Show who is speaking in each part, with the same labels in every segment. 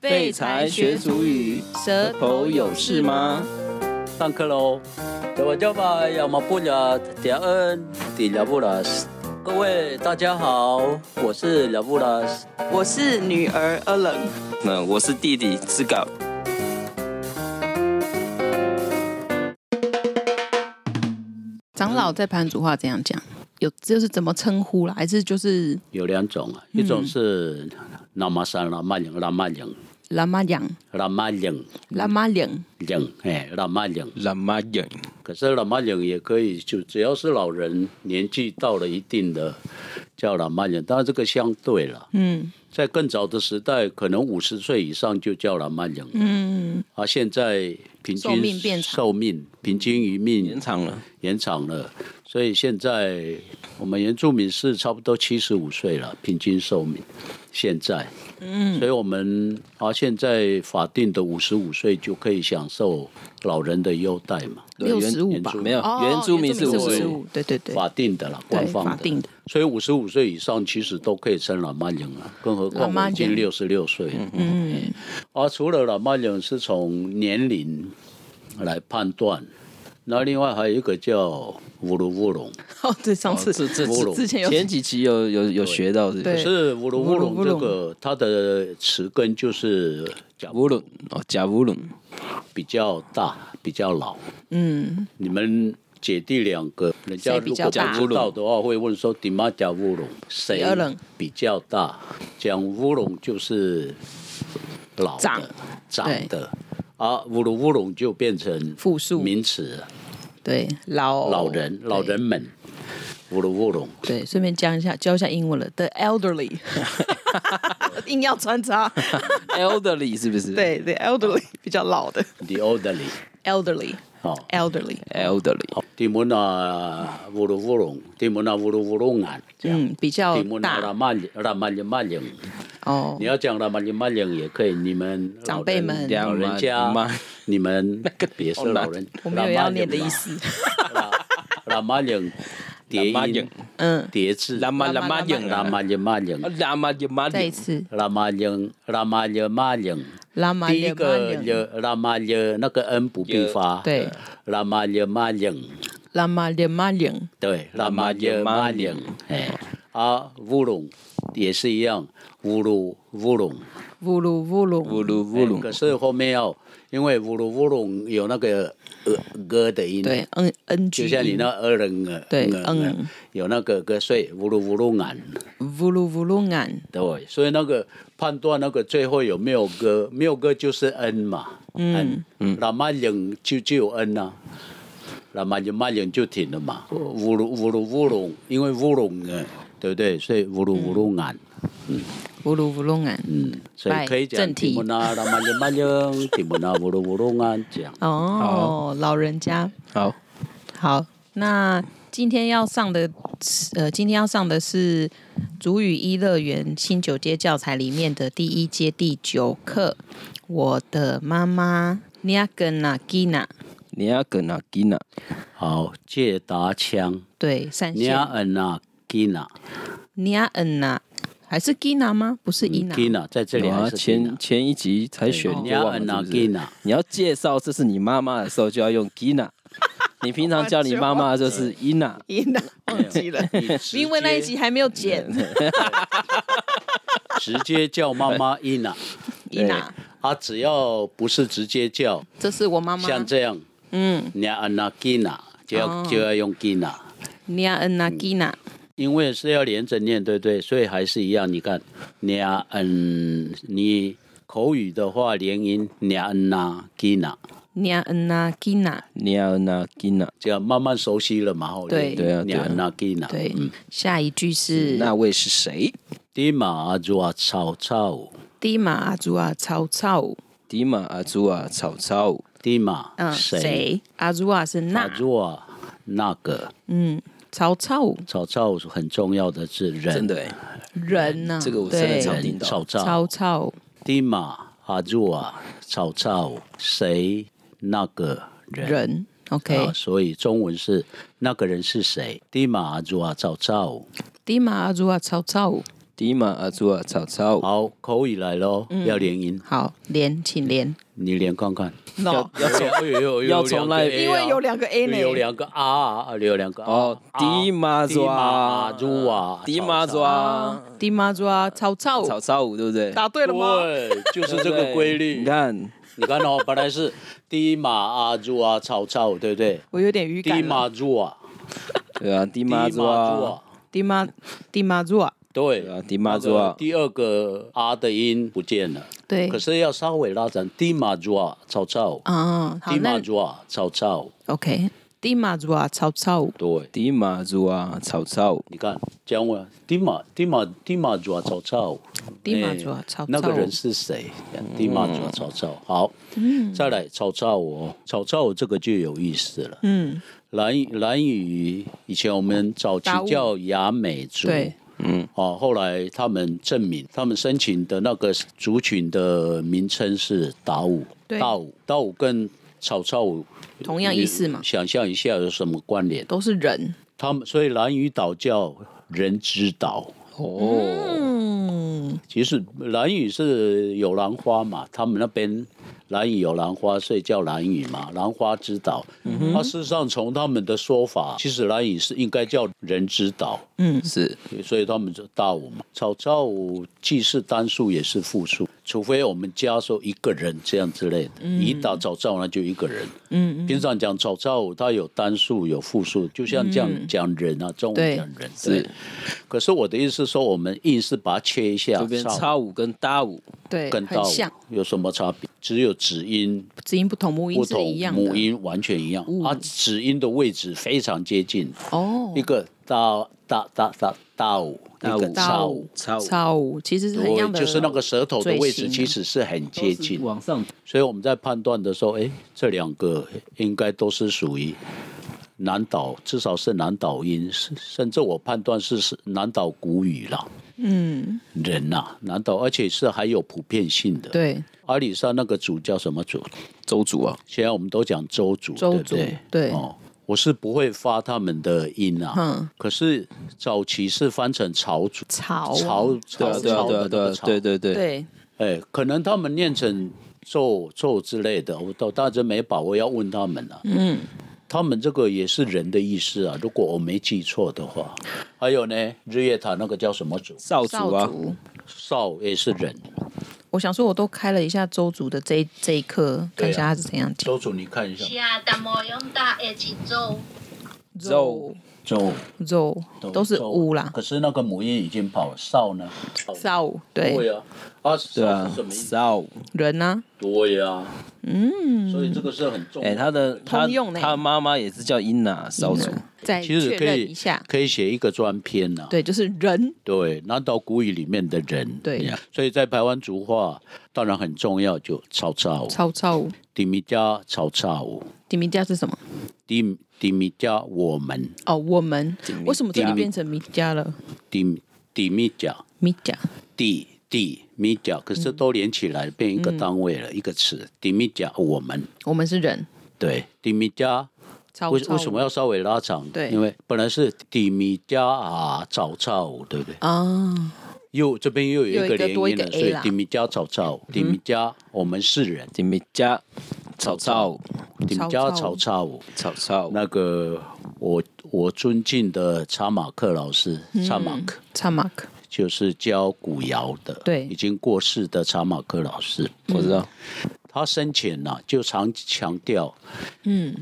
Speaker 1: 废柴学主语，舌头有事吗？
Speaker 2: 上课喽！我叫吧，亚麻布雅点恩迪亚布拉斯。各位大家好，我是亚布拉斯。
Speaker 3: 我是女儿阿冷，
Speaker 4: 那我是弟弟志高。
Speaker 1: 长老在盘主话怎样讲？有就是怎么称呼啦？还是就是
Speaker 2: 有两种啊，一种是拉玛山拉玛岭拉玛岭
Speaker 1: 喇嘛养、
Speaker 2: 拉玛岭
Speaker 1: 喇嘛岭？
Speaker 2: 岭，哎，拉玛岭。
Speaker 4: 喇嘛影，
Speaker 2: 可是喇嘛岭也可以，就只要是老人年纪到了一定的，叫喇嘛岭。当然这个相对了，
Speaker 1: 嗯
Speaker 2: 在更早的时代，可能五十岁以上就叫喇嘛岭。
Speaker 1: 嗯，
Speaker 2: 啊，现在平均
Speaker 1: 寿命变长
Speaker 2: 寿命平均余命
Speaker 4: 延长了，
Speaker 2: 延长了，所以现在我们原住民是差不多七十五岁了，平均寿命。现在，嗯，所以我们啊，现在法定的五十五岁就可以享受老人的优待嘛，
Speaker 4: 对
Speaker 1: 六十五
Speaker 2: 原
Speaker 1: 吧
Speaker 2: 住，
Speaker 4: 没有
Speaker 1: 哦
Speaker 4: 原住民是
Speaker 1: 原住民是
Speaker 4: 55
Speaker 1: 五，对对对，
Speaker 2: 法定的啦，官
Speaker 1: 对
Speaker 2: 方
Speaker 1: 法定的。
Speaker 2: 所以五十五岁以上其实都可以称喇嘛营了，更何况
Speaker 1: 喇
Speaker 2: 我
Speaker 1: 嘛
Speaker 2: 们
Speaker 1: 营
Speaker 2: 已经六十六岁了。嗯，而除了喇嘛营是从年龄来判断，那另外还有一个叫乌鲁乌龙，
Speaker 1: 哦，对，上次
Speaker 4: 哦这这
Speaker 2: 乌龙
Speaker 1: 之前有
Speaker 4: 前几期有有有学到这
Speaker 1: 对
Speaker 4: 个
Speaker 2: 可是乌鲁乌
Speaker 1: 乌
Speaker 2: 龙
Speaker 1: 鲁
Speaker 2: 这
Speaker 1: 乌
Speaker 2: 个它的词根就是讲
Speaker 4: 乌伦哦，假乌伦，
Speaker 2: 比较大，比较老。
Speaker 1: 嗯，
Speaker 2: 你们姐弟两个，人家
Speaker 1: 谁比
Speaker 2: 如
Speaker 1: 较
Speaker 2: 果不
Speaker 1: 大
Speaker 2: 知道的话，会问说“迪玛贾乌龙”谁
Speaker 1: 比较冷
Speaker 2: 比较大？讲乌龙就是老的
Speaker 1: 长
Speaker 2: 长的，啊，乌龙乌龙就变成
Speaker 1: 复数哦
Speaker 2: 名词，
Speaker 1: 对，老
Speaker 2: 老人老人们，乌龙乌龙。
Speaker 1: 对，对顺便教一下教一下英文了，the elderly，硬要穿插，
Speaker 4: elderly 是不是？
Speaker 1: 对，the elderly 比较老的
Speaker 2: The elderly，
Speaker 1: elderly
Speaker 2: 好、
Speaker 1: elderly，
Speaker 4: ，elderly，
Speaker 2: 蒂姆纳啊乌鲁乌龙，蒂姆纳乌鲁乌龙啊，这样。
Speaker 1: 嗯，比较
Speaker 2: 蒂姆纳拉
Speaker 1: 大
Speaker 2: 曼拉曼拉曼岭，
Speaker 1: 哦
Speaker 2: 你，要讲拉曼拉曼岭也可以，你们老
Speaker 1: 长辈
Speaker 2: 人
Speaker 1: 们
Speaker 2: 老人
Speaker 4: 两
Speaker 2: 家
Speaker 4: 万两万，
Speaker 2: 你们别是老人，
Speaker 1: 我没有要念的意思，
Speaker 2: 拉曼岭，
Speaker 4: 喇
Speaker 2: 拉
Speaker 4: 嘛
Speaker 2: 曼
Speaker 4: 影
Speaker 2: 岭，
Speaker 1: 嗯，
Speaker 2: 叠音，叠字，
Speaker 4: 喇嘛喇嘛影，
Speaker 2: 拉曼拉曼岭，
Speaker 4: 喇嘛喇嘛
Speaker 1: 再一
Speaker 4: 影，
Speaker 1: 次，
Speaker 2: 拉曼岭，拉曼拉曼岭。
Speaker 1: 拉玛
Speaker 2: 第一
Speaker 1: 列玛
Speaker 2: 个
Speaker 1: 岭，
Speaker 2: 了拉玛耶那个恩不必发，
Speaker 1: 对，
Speaker 2: 拉玛耶玛岭，
Speaker 1: 拉玛列玛岭，
Speaker 2: 对，拉玛耶玛岭，哎，啊，乌龙也是一样，乌鲁乌龙，
Speaker 1: 乌鲁乌鲁
Speaker 4: 乌鲁乌
Speaker 2: 哎可
Speaker 4: 伦，
Speaker 2: 是后面要，因为乌鲁乌龙有那个呃歌的音，
Speaker 1: 对，嗯，N
Speaker 2: 就
Speaker 1: G，
Speaker 2: 像你那二人呃，
Speaker 1: 对
Speaker 2: 呃
Speaker 1: 嗯，
Speaker 2: 有那个个所以乌鲁乌鲁俺，
Speaker 1: 乌鲁乌鲁安，
Speaker 2: 对，所以那个判断那个最后有没有歌，没有歌就是恩嘛，嗯嗯，喇嘛影就就有恩呐、啊，喇嘛影嘛影就停了嘛，乌鲁乌鲁乌龙，因为乌龙啊，对不对？所以乌鲁乌龙俺，
Speaker 1: 乌鲁乌鲁安，
Speaker 2: 嗯，所以可以
Speaker 1: 来
Speaker 2: 讲
Speaker 1: 正题
Speaker 2: 提姆那喇嘛影嘛影，提姆那乌鲁乌龙俺这样。
Speaker 1: 哦，老人家，
Speaker 4: 好，
Speaker 1: 好，那今天要上的，呃，今天要上的是《主语一乐园新九阶教材》里面的第一阶第九课。我的妈妈尼亚根纳吉娜，
Speaker 4: 你要跟啊哪吉娜？
Speaker 2: 好，借达枪，
Speaker 1: 对，三
Speaker 2: 尼亚
Speaker 1: 线
Speaker 2: 恩啊，吉娜，
Speaker 1: 尼亚恩娜，还是吉娜吗？不是伊娜，啊
Speaker 2: 吉娜在这里
Speaker 4: 有
Speaker 2: 还
Speaker 4: 啊，
Speaker 2: 是吉
Speaker 4: 前
Speaker 2: 娜？
Speaker 4: 前一集才选
Speaker 2: 对
Speaker 4: 你就
Speaker 2: 你
Speaker 4: 忘
Speaker 2: 要
Speaker 4: 了
Speaker 2: 按
Speaker 4: 是
Speaker 2: 哪
Speaker 4: 不是
Speaker 2: Gina？
Speaker 4: 你要介绍这是你妈妈的时候，就要用 Gina。你平常叫你妈妈就是啊 Ina，
Speaker 1: 伊娜忘记了，因为那一集还没有剪。
Speaker 2: 直接叫妈妈 伊娜，
Speaker 1: 伊娜，
Speaker 2: 啊，只要不是直接叫，
Speaker 1: 这是我妈妈。
Speaker 2: 像这样，
Speaker 1: 嗯，哦
Speaker 2: 你按那吉娜就要、就要用吉娜，
Speaker 1: 尼亚恩娜吉娜，
Speaker 2: 因为是要连着念，对不对？所以还是一样，你看，你啊嗯，你口语的话连音，你按那吉娜，
Speaker 1: 尼亚恩娜吉娜。
Speaker 4: 你要那 Gina，
Speaker 2: 这样慢慢熟悉了嘛，后
Speaker 1: 对
Speaker 4: 对啊
Speaker 2: 你
Speaker 4: 对啊
Speaker 2: 按那吉娜，
Speaker 1: 对，下一句是
Speaker 4: 那位是谁？
Speaker 2: 迪马阿祖啊，草草，
Speaker 1: 迪玛阿祖啊，曹操，
Speaker 4: 迪玛阿祖啊，草草，
Speaker 2: 迪马
Speaker 1: 嗯，
Speaker 2: 谁？
Speaker 1: 谁？阿祖啊是
Speaker 2: 阿
Speaker 1: 那，
Speaker 2: 祖啊，那个
Speaker 1: 嗯，曹操
Speaker 2: 草草是很重要的字，人
Speaker 4: 真的欸，
Speaker 1: 人呐、啊，
Speaker 4: 这个我真的
Speaker 1: 对，
Speaker 4: 常听
Speaker 2: 人草
Speaker 4: 到。
Speaker 2: 草
Speaker 1: 曹操
Speaker 2: 迪马阿若啊，草草谁那个人？
Speaker 1: 人，OK，
Speaker 2: 啊，所以中文是那个人是谁？迪马阿若啊，草草
Speaker 1: 迪玛阿祖啊，曹操
Speaker 4: 迪玛阿祖啊，草草，
Speaker 2: 好，口语来咯，
Speaker 1: 嗯
Speaker 2: 要连音，
Speaker 1: 好，连，请连。
Speaker 2: 你连看看。
Speaker 1: no，
Speaker 2: 要从
Speaker 4: 要从那
Speaker 1: 因为有两个 A 呢。
Speaker 2: 有两个啊，有两个
Speaker 4: 哦，迪玛祖啊，
Speaker 2: 猪啊，
Speaker 4: 迪玛祖啊，
Speaker 1: 迪妈祖啊，草草，
Speaker 4: 草草舞对不对？
Speaker 1: 答对了吗？
Speaker 2: 对，就是
Speaker 4: 对
Speaker 2: 这
Speaker 4: 不对
Speaker 2: 个规律。
Speaker 4: 你，看，
Speaker 2: 你看哦，本来是低马啊、猪啊、草草，对不对？
Speaker 1: 我有点语
Speaker 2: 低
Speaker 1: 感了。
Speaker 2: 马猪啊，
Speaker 4: 对啊，迪
Speaker 2: 低
Speaker 4: 玛
Speaker 2: 马
Speaker 4: 祖
Speaker 2: 猪
Speaker 4: 啊
Speaker 2: 啊，，
Speaker 1: 迪妈，迪妈祖啊，
Speaker 2: 对
Speaker 4: 啊低马猪啊
Speaker 2: 那个第二个啊的音不见了，
Speaker 1: 对
Speaker 2: 可是要稍微拉长，低马猪啊，草草，
Speaker 1: 啊，好，
Speaker 2: 低马
Speaker 1: 那
Speaker 2: 猪啊，草草，
Speaker 1: OK，迪妈祖啊，草草，
Speaker 2: 对。
Speaker 4: 迪玛祖啊，草草，
Speaker 2: 你看，这样问，低马低马低马抓曹操，
Speaker 1: 低马抓曹操嗯
Speaker 2: 哎那个人是谁？低马抓曹操，好，再来曹操哦，曹操这个就有意思了。
Speaker 1: 嗯，
Speaker 2: 蓝语蓝语以前我们早期
Speaker 1: 达悟
Speaker 2: 叫雅美族，
Speaker 1: 对，
Speaker 2: 嗯，哦，后来他们证明，他们申请的那个族群的名称是达武，
Speaker 1: 对
Speaker 2: 达武，达武跟曹操
Speaker 1: 同样意思嘛
Speaker 2: 你想象一下有什么关联？
Speaker 1: 都是人。
Speaker 2: 他们所以蓝屿岛叫人之岛。
Speaker 4: 哦，
Speaker 1: 嗯，
Speaker 2: 其实兰屿是有兰花嘛，他们那边兰屿有兰花，所以叫兰屿嘛，兰花之岛。那、事实上从他们的说法，其实兰屿是应该叫人之岛，
Speaker 4: 是
Speaker 2: 所以他们就大五嘛。草草舞既是单数也是复数，除非我们加说一个人这样之类的。
Speaker 1: 嗯
Speaker 2: 以打草草那就一个人。嗯平常讲草草舞，它有单数有复数，就像这样讲人啊，中午讲
Speaker 1: 嗯对
Speaker 2: 人
Speaker 4: 是。
Speaker 2: 对可是我的意思是说，我们硬是把它切一下，
Speaker 4: 这边
Speaker 2: 草
Speaker 4: 插舞跟搭舞，
Speaker 1: 对，
Speaker 2: 跟
Speaker 1: 很
Speaker 2: 到
Speaker 1: 像，
Speaker 2: 有什么差别？只有子音
Speaker 1: 子音不同，母音
Speaker 2: 不
Speaker 1: 是一
Speaker 2: 同，
Speaker 1: 样
Speaker 2: 母
Speaker 1: 的。嗯
Speaker 2: 音完全一样，啊，子音的位置非常接近，
Speaker 1: 哦
Speaker 2: 一，个大大大大大五，一
Speaker 4: 大五
Speaker 2: 个
Speaker 1: 大
Speaker 2: 草
Speaker 1: 五，
Speaker 4: 草舞
Speaker 1: 草舞其实是很
Speaker 2: 对
Speaker 1: 样，的，
Speaker 2: 就是那个舌头的位
Speaker 1: 嘴型
Speaker 2: 置
Speaker 1: 啊
Speaker 2: 其实是很接近，
Speaker 4: 往上
Speaker 2: 所以我们在判断的时候，哎，这两个应该都是属于。南岛至少是南岛音，甚甚至我判断是是南岛古语啦，
Speaker 1: 嗯，
Speaker 2: 人呐、南岛，而且是还有普遍性的。
Speaker 1: 对，
Speaker 2: 阿里山那个族叫什么族？
Speaker 4: 周族啊，
Speaker 2: 现在我们都讲周族，
Speaker 1: 周
Speaker 2: 对不对？
Speaker 1: 族对
Speaker 2: 哦，我是不会发他们的音啊。
Speaker 1: 嗯
Speaker 2: 可是早期是翻成朝族，
Speaker 1: 草
Speaker 2: 朝
Speaker 4: 对
Speaker 2: 朝
Speaker 4: 啊对啊
Speaker 2: 朝
Speaker 4: 对
Speaker 2: 的
Speaker 4: 啊
Speaker 2: 那
Speaker 4: 对
Speaker 2: 个
Speaker 4: 啊
Speaker 2: 朝，
Speaker 4: 对对对，
Speaker 1: 对，
Speaker 2: 哎，可能他们念成咒咒之类的，我倒大真没把握，要问他们啊。
Speaker 1: 嗯，
Speaker 2: 他们这个也是人的意思啊，如果我没记错的话。还有呢，日月潭那个叫什么族？
Speaker 4: 少
Speaker 1: 少
Speaker 4: 族啊，
Speaker 1: 族。
Speaker 2: 少也是人，
Speaker 1: 我想说，我都开了一下周族的这一这一课，
Speaker 2: 啊
Speaker 1: 看一下他是怎样讲。
Speaker 2: 周族你看一下，
Speaker 5: 下大模用大 H 周，
Speaker 4: 肉
Speaker 2: 周啊
Speaker 1: 肉都是乌啦，
Speaker 2: 可是那个母音已经跑了，少呢？
Speaker 1: 少
Speaker 2: 对
Speaker 1: 对
Speaker 2: 呀、啊，啊，
Speaker 4: 对
Speaker 2: 少
Speaker 4: 啊
Speaker 2: 是什，么意思？
Speaker 4: 少舞，
Speaker 1: 人啊呢？
Speaker 2: 对呀、嗯，所以这个是很重要。
Speaker 4: 哎，他的他
Speaker 1: 通用呢
Speaker 4: 他妈妈也是叫英娜少族，
Speaker 1: 再
Speaker 2: 其实
Speaker 1: 确
Speaker 2: 可
Speaker 1: 认
Speaker 2: 以
Speaker 1: 一下，
Speaker 2: 可以写一个专篇啊呐、
Speaker 1: 对，就是人
Speaker 2: 对，南岛古语里面的人，
Speaker 1: 对
Speaker 2: 呀所以在台湾族话当然很重要，就草草舞、
Speaker 1: 草草舞。
Speaker 2: 迪米加草草舞、
Speaker 1: 地名家是什么？
Speaker 2: 迪迪米加我们、
Speaker 1: 哦，我们为什么这里
Speaker 2: 地名
Speaker 1: 变成米家了？
Speaker 2: 迪迪米加
Speaker 1: 米家
Speaker 2: 地地米加，可是都连起来变一个单位
Speaker 1: 嗯
Speaker 2: 了，一个词。迪米加我们，
Speaker 1: 我们是人，
Speaker 2: 对，迪米加
Speaker 1: 草
Speaker 2: 为
Speaker 1: 草
Speaker 2: 为什么
Speaker 1: 要
Speaker 2: 要稍微拉长？
Speaker 1: 对
Speaker 2: 因为本来是底米加啊早操舞，对不对？
Speaker 1: 啊？
Speaker 2: 又这边又有一
Speaker 1: 有
Speaker 2: 个
Speaker 1: 一个
Speaker 2: 连
Speaker 1: 多一
Speaker 2: 音
Speaker 1: 个
Speaker 2: 了，
Speaker 1: A
Speaker 2: 所以
Speaker 1: 啦嗯
Speaker 2: 底米加早操舞，底米加我们是人，
Speaker 4: 迪米加草草舞
Speaker 2: 底米加早操舞。
Speaker 4: 草草舞，
Speaker 2: 那个我我尊敬的查马克老师，查马克
Speaker 1: 查马克
Speaker 2: 就是教古谣的，
Speaker 1: 对
Speaker 2: 已经过世的查马克老师，
Speaker 4: 我知道，
Speaker 2: 他生前呐、就常强调，嗯，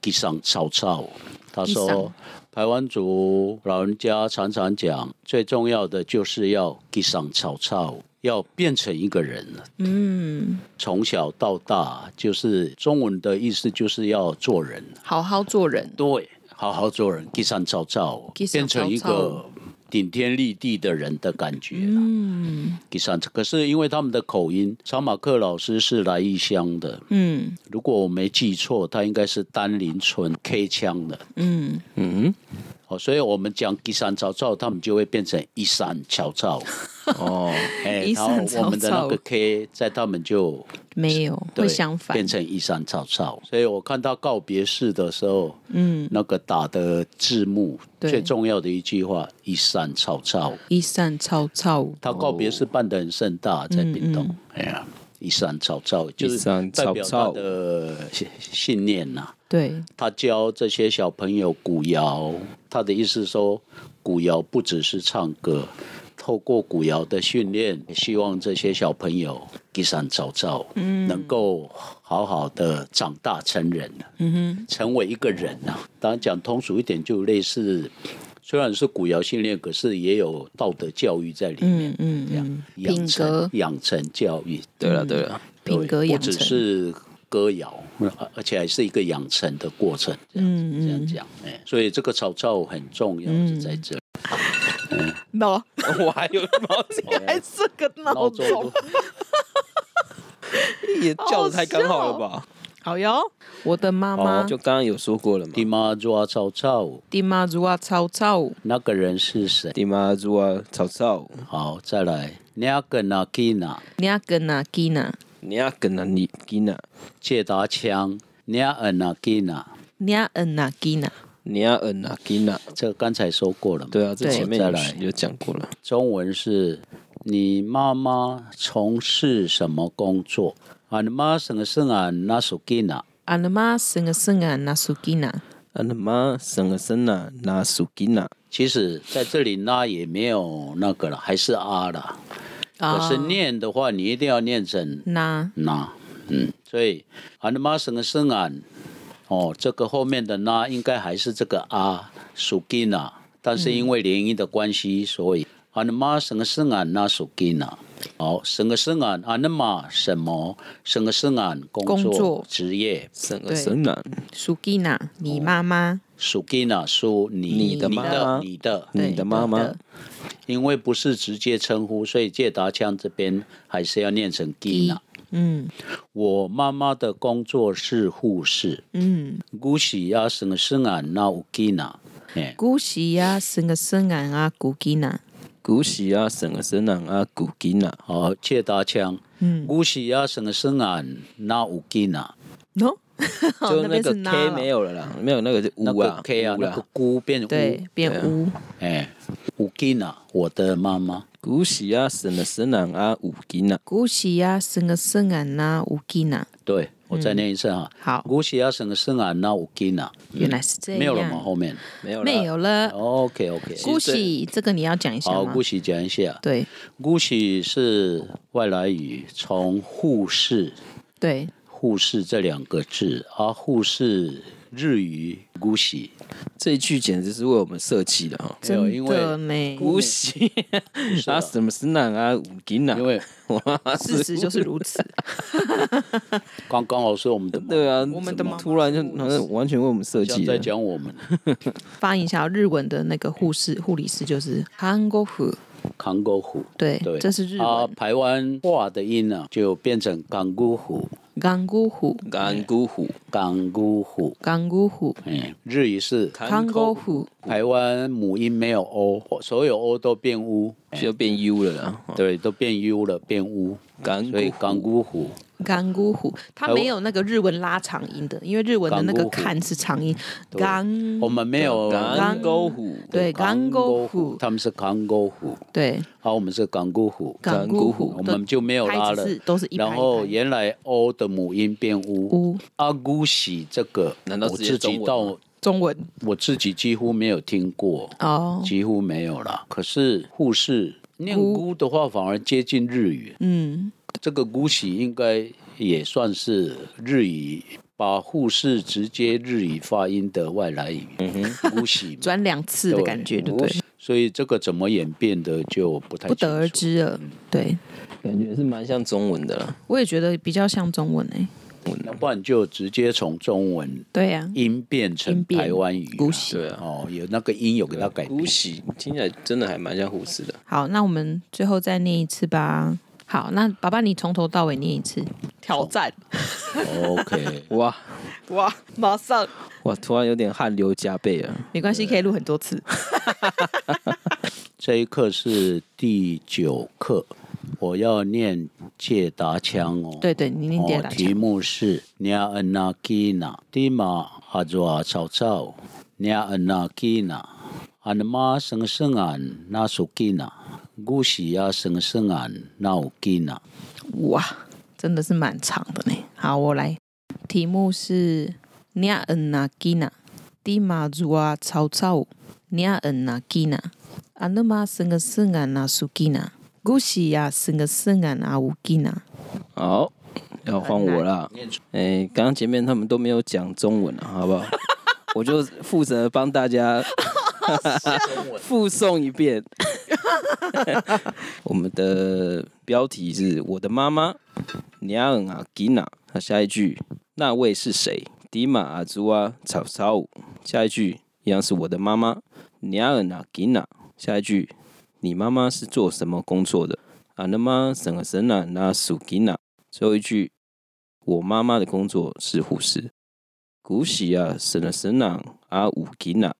Speaker 2: 给上草草。他
Speaker 1: 给
Speaker 2: 说
Speaker 1: 上，
Speaker 2: 台湾族老人家常常讲，最重要的就是要给上草草，要变成一个人。嗯，从小到大，就是中文的意思，就是要做人，
Speaker 1: 好好做人，
Speaker 2: 对，好好做人，给上草草，
Speaker 1: 给上
Speaker 2: 变成一
Speaker 1: 草草
Speaker 2: 个顶天立地的人的感觉。嗯，给上，可是因为他们的口音，查马克老师是来异乡的，
Speaker 1: 嗯
Speaker 2: 如果我没记错，他应该是丹林村 K 枪的。
Speaker 1: 嗯，
Speaker 4: 嗯，
Speaker 2: 哦，所以我们讲一山草草，他们就会变成一山 草草。
Speaker 4: 哦，
Speaker 2: 哎，
Speaker 1: 一
Speaker 2: 然
Speaker 1: 山
Speaker 2: 后我们的
Speaker 1: 草
Speaker 2: 那
Speaker 1: 草
Speaker 2: 个 K 在他们就
Speaker 1: 没有
Speaker 2: 对
Speaker 1: 会相反
Speaker 2: 变，成一山草草。所以我看到告别式的时候，嗯，那个打的字幕
Speaker 1: 对
Speaker 2: 最重要的一句话“一山草草
Speaker 1: 一扇草草”，
Speaker 2: 他告别式办得很盛大，在屏
Speaker 1: 哦嗯
Speaker 2: 东，哎呀。一山草草就
Speaker 4: 一
Speaker 2: 是
Speaker 4: 山
Speaker 2: 代
Speaker 4: 草
Speaker 2: 表他
Speaker 4: 草
Speaker 2: 的信信念呐、
Speaker 1: 对，
Speaker 2: 他教这些小朋友古谣，他的意思说，古谣不只是唱歌，透过古谣的训练，希望这些小朋友第三早早，嗯，能够好好的长大成人，嗯哼，成为一个人啊。当然讲通俗一点，就类似。虽然是古谣训练，可是也有道德教育在里面。嗯嗯，这样养
Speaker 1: 品格
Speaker 2: 成养成教育，嗯
Speaker 4: 对了对了，
Speaker 2: 对
Speaker 1: 品格养
Speaker 2: 不只
Speaker 1: 成。
Speaker 2: 是歌谣，呃而而且还是一个养成的过程。这样
Speaker 1: 嗯
Speaker 2: 子这样讲，哎、所以这个草草很重要，是在这里。
Speaker 1: no，
Speaker 4: 嗯 我还有毛巾
Speaker 1: 还哦是个闹
Speaker 2: 中
Speaker 1: 钟。
Speaker 4: 也叫的太刚好了吧？
Speaker 1: 好哟，我的妈哦妈
Speaker 4: 哦就刚刚有说过了嘛，
Speaker 2: 地妈抓草草，
Speaker 1: 爹妈如啊草草，
Speaker 2: 那个人是谁？
Speaker 4: 地妈猪啊，草草，
Speaker 2: 好，再来，那个那吉娜
Speaker 1: 你啊跟啊吉娜，
Speaker 4: 你要跟哪里吉娜，
Speaker 2: 借达枪，那个那吉娜，
Speaker 1: 你啊嗯啊吉娜，
Speaker 4: 你要嗯哪吉娜？
Speaker 2: 这个刚才说过了嘛？
Speaker 4: 对啊，这
Speaker 1: 对
Speaker 4: 前面
Speaker 2: 再
Speaker 4: 有
Speaker 2: 来
Speaker 4: 有讲过了。
Speaker 2: 中文是你妈妈从事什么工作？俺妈生生啊，那属吉娜。
Speaker 1: 阿拉妈生个生啊那苏吉娜，
Speaker 4: 啊，那妈生个生呐，那苏吉娜，
Speaker 2: 其实在这里那也没有那个了，还是啊了。可是念的话，你一定要念成
Speaker 1: 那
Speaker 2: 那，嗯，所以阿尼玛生个生安，哦，这个后面的那应该还是这个啊属金呐，但是因为连音的关系，所以阿尼玛生个生安那属金呐。好，生个生安阿尼玛什么？生个生安工
Speaker 1: 工
Speaker 2: 作
Speaker 1: 作
Speaker 2: 职业
Speaker 4: 生个
Speaker 1: 对
Speaker 4: 生呐，
Speaker 1: 苏吉娜，你妈妈，
Speaker 2: 属金呐，属你
Speaker 4: 你的
Speaker 2: 你
Speaker 4: 妈
Speaker 2: 的
Speaker 4: 妈
Speaker 2: 你的，
Speaker 1: 对
Speaker 4: 你的妈妈，
Speaker 2: 因为不是直接称呼，所以借达腔这边还是要念成金呐。
Speaker 1: 嗯
Speaker 2: 我妈妈的工作是护士。
Speaker 1: 嗯，
Speaker 2: 古是要生生啊，那有囡呐，哎，
Speaker 1: 古喜啊生个生啊啊古吉娜，
Speaker 4: 古喜啊，生个生呐，啊古吉娜，
Speaker 2: 哦，切达腔，嗯，古是要生生啊，那有囡呐，
Speaker 1: 喏，
Speaker 4: 就
Speaker 1: 哦那
Speaker 4: 那
Speaker 1: 边
Speaker 4: 个
Speaker 1: 是那
Speaker 4: K
Speaker 1: 了
Speaker 4: 没有了啦，没有那个是
Speaker 2: 那
Speaker 4: 乌
Speaker 2: 个
Speaker 4: 啊
Speaker 2: K 啊，
Speaker 4: 乌
Speaker 2: 那
Speaker 4: 啦
Speaker 2: 个姑变乌，
Speaker 1: 对，变乌，
Speaker 2: 哎，有囡呐，我的妈妈，
Speaker 4: 古喜啊，生个生呐，啊五吉娜，
Speaker 1: 古喜啊生个生啊那乌吉娜，
Speaker 2: 对我再念一次哈，
Speaker 1: 嗯好
Speaker 2: 古是要生生啊，那有囡呐，
Speaker 1: 原来是这样，
Speaker 2: 没有了吗？后面
Speaker 4: 没有啦
Speaker 1: 没有了，
Speaker 2: ，OK OK，
Speaker 1: 古喜这个你要讲一下
Speaker 2: 好，
Speaker 1: 吗
Speaker 2: 古？喜讲一下，
Speaker 1: 对
Speaker 2: 古喜是外来语，从护士
Speaker 1: 对，
Speaker 2: 护士这两个字，而护士日语古喜。
Speaker 4: 这一句简直是为我们设计的啊！
Speaker 2: 没有
Speaker 1: 真
Speaker 2: 因
Speaker 1: 的
Speaker 2: 为
Speaker 1: 没，
Speaker 4: 古喜 啊，什么生呐，啊五吉娜，
Speaker 2: 因为
Speaker 4: 我妈妈
Speaker 1: 事实就是如此。
Speaker 2: 刚刚好是我们的 妈
Speaker 4: 对啊，
Speaker 1: 我们的
Speaker 4: 怎么
Speaker 1: 妈妈
Speaker 4: 突然就是好像完全为我们设
Speaker 2: 像
Speaker 4: 计
Speaker 2: 在
Speaker 4: 的，
Speaker 2: 讲 我们
Speaker 1: 发音一下哦日文的那个护士、护理师就是韩国虎，
Speaker 2: 康沟虎，
Speaker 1: 对，
Speaker 2: 对，
Speaker 1: 这是日
Speaker 2: 啊，
Speaker 1: 文
Speaker 2: 台湾话的音呢、就变成港姑虎，
Speaker 1: 港古虎、
Speaker 4: 干姑虎，
Speaker 2: 港姑虎。
Speaker 1: 港古虎、
Speaker 2: 嗯，日语是
Speaker 1: 韩国虎，
Speaker 2: 台湾母音没有 o，所有 o 都变 u，
Speaker 4: 就变 U 了啦，哦
Speaker 2: 对，都变 u 了，变 u，
Speaker 4: 干
Speaker 2: 所以港
Speaker 4: 港
Speaker 2: 姑虎
Speaker 1: 港古虎，它没有那个日文拉长音的，因为日文的那个
Speaker 2: 港古虎
Speaker 1: 看是长音，港
Speaker 2: 我们没有
Speaker 4: 干沟虎，
Speaker 1: 嗯对港古
Speaker 2: 虎，
Speaker 1: 虎，
Speaker 2: 他们是港沟虎，
Speaker 1: 对
Speaker 2: 啊，我们是港姑虎，
Speaker 1: 港古
Speaker 4: 古
Speaker 1: 虎
Speaker 4: 虎，
Speaker 2: 我们就没有拉
Speaker 1: 拍
Speaker 2: 了
Speaker 1: 子是，都是一排一排
Speaker 2: 然后原来 o 的母音变 u，
Speaker 1: 乌
Speaker 2: 阿姑喜这个，
Speaker 4: 难道
Speaker 2: 我
Speaker 4: 直接
Speaker 2: 自己
Speaker 4: 中文吗
Speaker 2: 到
Speaker 1: 中文
Speaker 2: 我自己几乎没有听过，
Speaker 1: 哦，
Speaker 2: 几乎没有了。可是护士念
Speaker 1: 姑
Speaker 2: 姑的话，反而接近日语。
Speaker 1: 嗯，
Speaker 2: 这个姑喜应该也算是日语，把护士直接日语发音的外来语。嗯哼，姑喜嘛。
Speaker 1: 转两次的感觉，对不对？
Speaker 2: 所以这个怎么演变的就不太
Speaker 1: 不得而
Speaker 2: 清楚。嗯
Speaker 1: 知了，对。
Speaker 4: 感觉是蛮像中文的啦。
Speaker 1: 我也觉得比较像中文欸诶、
Speaker 2: 那不然就直接从中文
Speaker 1: 对
Speaker 3: 啊
Speaker 1: 呀、
Speaker 2: 音变成
Speaker 1: 音变
Speaker 2: 台湾语啊。
Speaker 1: 姑喜
Speaker 4: 对啊
Speaker 2: 哦，有那个音有给它改变
Speaker 4: 姑。喜听起来真的还蛮像护士的。
Speaker 1: 好，那我们最后再念一次吧。好，那爸爸你从头到尾念一次，挑战
Speaker 2: OK，
Speaker 4: 哇，
Speaker 3: 哇，马上
Speaker 4: 哇，突然有点汗流浃背啊了。
Speaker 1: 没关系，可以录很多次。
Speaker 2: 哦这一课是第九课，我要念借达腔哦。
Speaker 1: 对对你念借达腔
Speaker 2: 哦题目是“尼恩那基那蒂玛阿抓草草”，尼恩那基那安妈生生安那属基那，古喜呀生生安那有基那。
Speaker 1: 哇，啊真的是蛮长的呢。好，我来，题目是“尼亚恩那吉娜，蒂马祖啊草草，尼亚恩那吉娜，阿那玛生个生啊那苏吉娜，古西呀生个生啊那乌吉娜。
Speaker 4: 好，要换我啦。哎，刚刚前面他们都没有讲中文啊，好不好？ 我就负责帮大家 附送一遍。 我们的标题是“我的妈妈”，尼亚恩啊吉娜。那下一句，那位是谁？迪玛阿朱啊草草舞。下一句一样是我的妈妈，尼亚恩啊吉娜。下一句，你妈妈是做什么工作的？啊，那么省个省啊，那属吉娜。最后一句，我妈妈的工作是护士。古喜啊，省了省啊，啊五吉娜。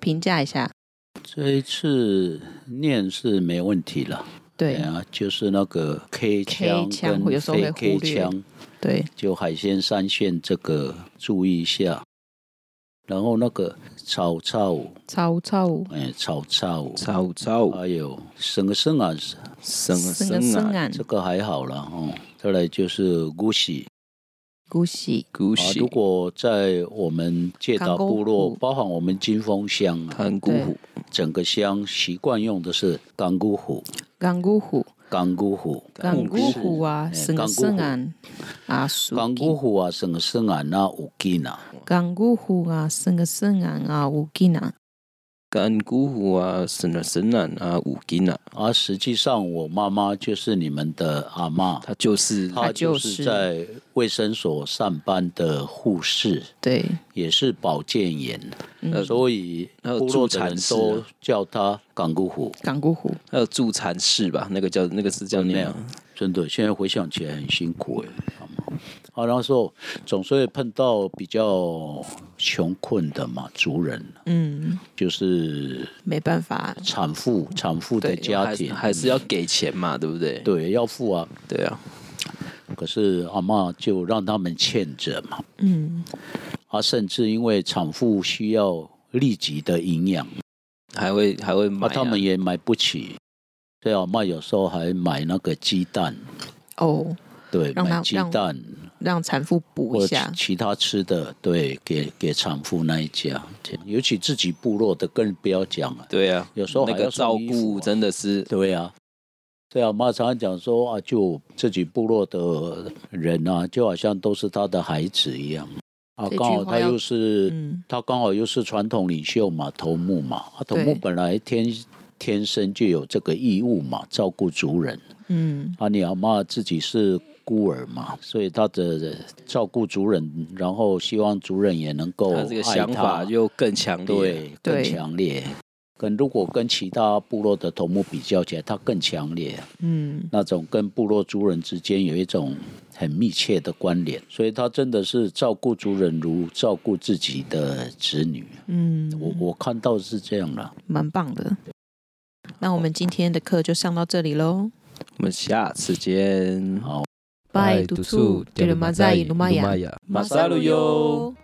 Speaker 1: 评价一下，
Speaker 2: 这一次念是没问题了，
Speaker 1: 对
Speaker 2: 啊，就是那个 K 腔
Speaker 1: K 腔
Speaker 2: 跟
Speaker 1: 有时候会
Speaker 2: 非 K
Speaker 1: 忽略
Speaker 2: 腔。
Speaker 1: 对，
Speaker 2: 就海鲜三线这个注意一下。然后那个草草，
Speaker 1: 草草舞
Speaker 2: 哎，草草，
Speaker 4: 草草
Speaker 2: 还有生生啊，
Speaker 4: 省了
Speaker 1: 生个
Speaker 4: 省
Speaker 1: 生
Speaker 4: 啊，
Speaker 1: 啊
Speaker 2: 这个还好了哦。再来就是古喜
Speaker 1: 古西
Speaker 4: 古
Speaker 2: 啊，
Speaker 4: 喜
Speaker 2: 如果在我们界岛部
Speaker 1: 港沟
Speaker 2: 落，
Speaker 1: 虎
Speaker 2: 包含我们金峰乡啊，
Speaker 4: 看古虎
Speaker 2: 整个乡习惯用的是港古虎，
Speaker 1: 港古虎
Speaker 2: 港古虎，
Speaker 1: 港古虎啊，
Speaker 2: 哎
Speaker 1: 生个
Speaker 2: 港古
Speaker 1: 生
Speaker 2: 虎
Speaker 1: 啊啊苏
Speaker 2: 港古虎啊，生生啊，那五吉呐，
Speaker 1: 港古虎啊，生个生啊啊乌吉娜。
Speaker 4: 看古虎啊，省了省啊，啊五吉娜。
Speaker 2: 而实际上我妈妈就是你们的阿妈。
Speaker 4: 他就是
Speaker 2: 她就
Speaker 1: 就是
Speaker 2: 是在卫生所上班的护士，
Speaker 1: 对，
Speaker 2: 也是保健员，
Speaker 4: 呃，
Speaker 2: 所以
Speaker 4: 还有
Speaker 2: 部落
Speaker 4: 助
Speaker 2: 的
Speaker 4: 产
Speaker 2: 人
Speaker 4: 士啊
Speaker 2: 都叫她港姑虎。
Speaker 1: 港古虎
Speaker 4: 还有助产士吧，那个叫那个是叫那
Speaker 2: 没有
Speaker 4: 样。，
Speaker 2: 真的，现在回想起来很辛苦哎。好吗啊，那时候总是会碰到比较穷困的嘛族人，嗯，就是
Speaker 1: 没办法，
Speaker 2: 产妇、产妇的家
Speaker 4: 还是
Speaker 2: 庭，
Speaker 4: 还是要给钱嘛，对不对？
Speaker 2: 对要付啊，
Speaker 4: 对啊，
Speaker 2: 可是阿嬷就让他们欠着嘛。嗯，啊，甚至因为产妇需要立即的营养，
Speaker 4: 还会还会买
Speaker 2: 啊，
Speaker 1: 哎
Speaker 4: 啊。
Speaker 2: 他们也买不起。所以阿嬷有时候还买那个鸡蛋，
Speaker 1: 哦，
Speaker 2: 对，
Speaker 1: 让她
Speaker 2: 买鸡蛋
Speaker 1: 让产妇补
Speaker 2: 或
Speaker 1: 一
Speaker 2: 者
Speaker 1: 下。
Speaker 2: 其他吃的，对，给给产妇那一家，尤其自己部落的更不要讲了。
Speaker 4: 对啊，
Speaker 2: 有时候还
Speaker 4: 那
Speaker 2: 要
Speaker 4: 个照
Speaker 2: 送衣
Speaker 4: 顾
Speaker 2: 服啊
Speaker 4: 真的是
Speaker 2: 对啊，对啊，妈常常讲说啊，就自己部落的人啊，就好像都是他的孩子一样啊。
Speaker 1: 这句
Speaker 2: 刚
Speaker 1: 话
Speaker 2: 好他
Speaker 1: 要
Speaker 2: 又是、
Speaker 1: 嗯
Speaker 2: 他刚好又是传统领袖嘛，头目嘛，啊，头目
Speaker 1: 对
Speaker 2: 本来天天生就有这个义务嘛，照顾族人
Speaker 1: 嗯，
Speaker 2: 啊。你阿妈自己是。孤儿嘛，所以他的照顾族人，然后希望族人也能够
Speaker 4: 他
Speaker 2: 爱
Speaker 4: 这个想法又更强烈。
Speaker 2: 对，更
Speaker 1: 对
Speaker 2: 强烈。跟如果跟其他部落的头目比较起来，它更强烈。嗯，那种跟部落族人之间有一种很密切的关联，所以他真的是照顾族人如照顾自己的子女。嗯，我我看到是这样了。
Speaker 1: 蛮棒的。那我们今天的课就上到这里喽。
Speaker 4: 我们下次见。
Speaker 2: 好。
Speaker 1: 拜读书，对了，马在努玛雅，
Speaker 4: 马萨路哟。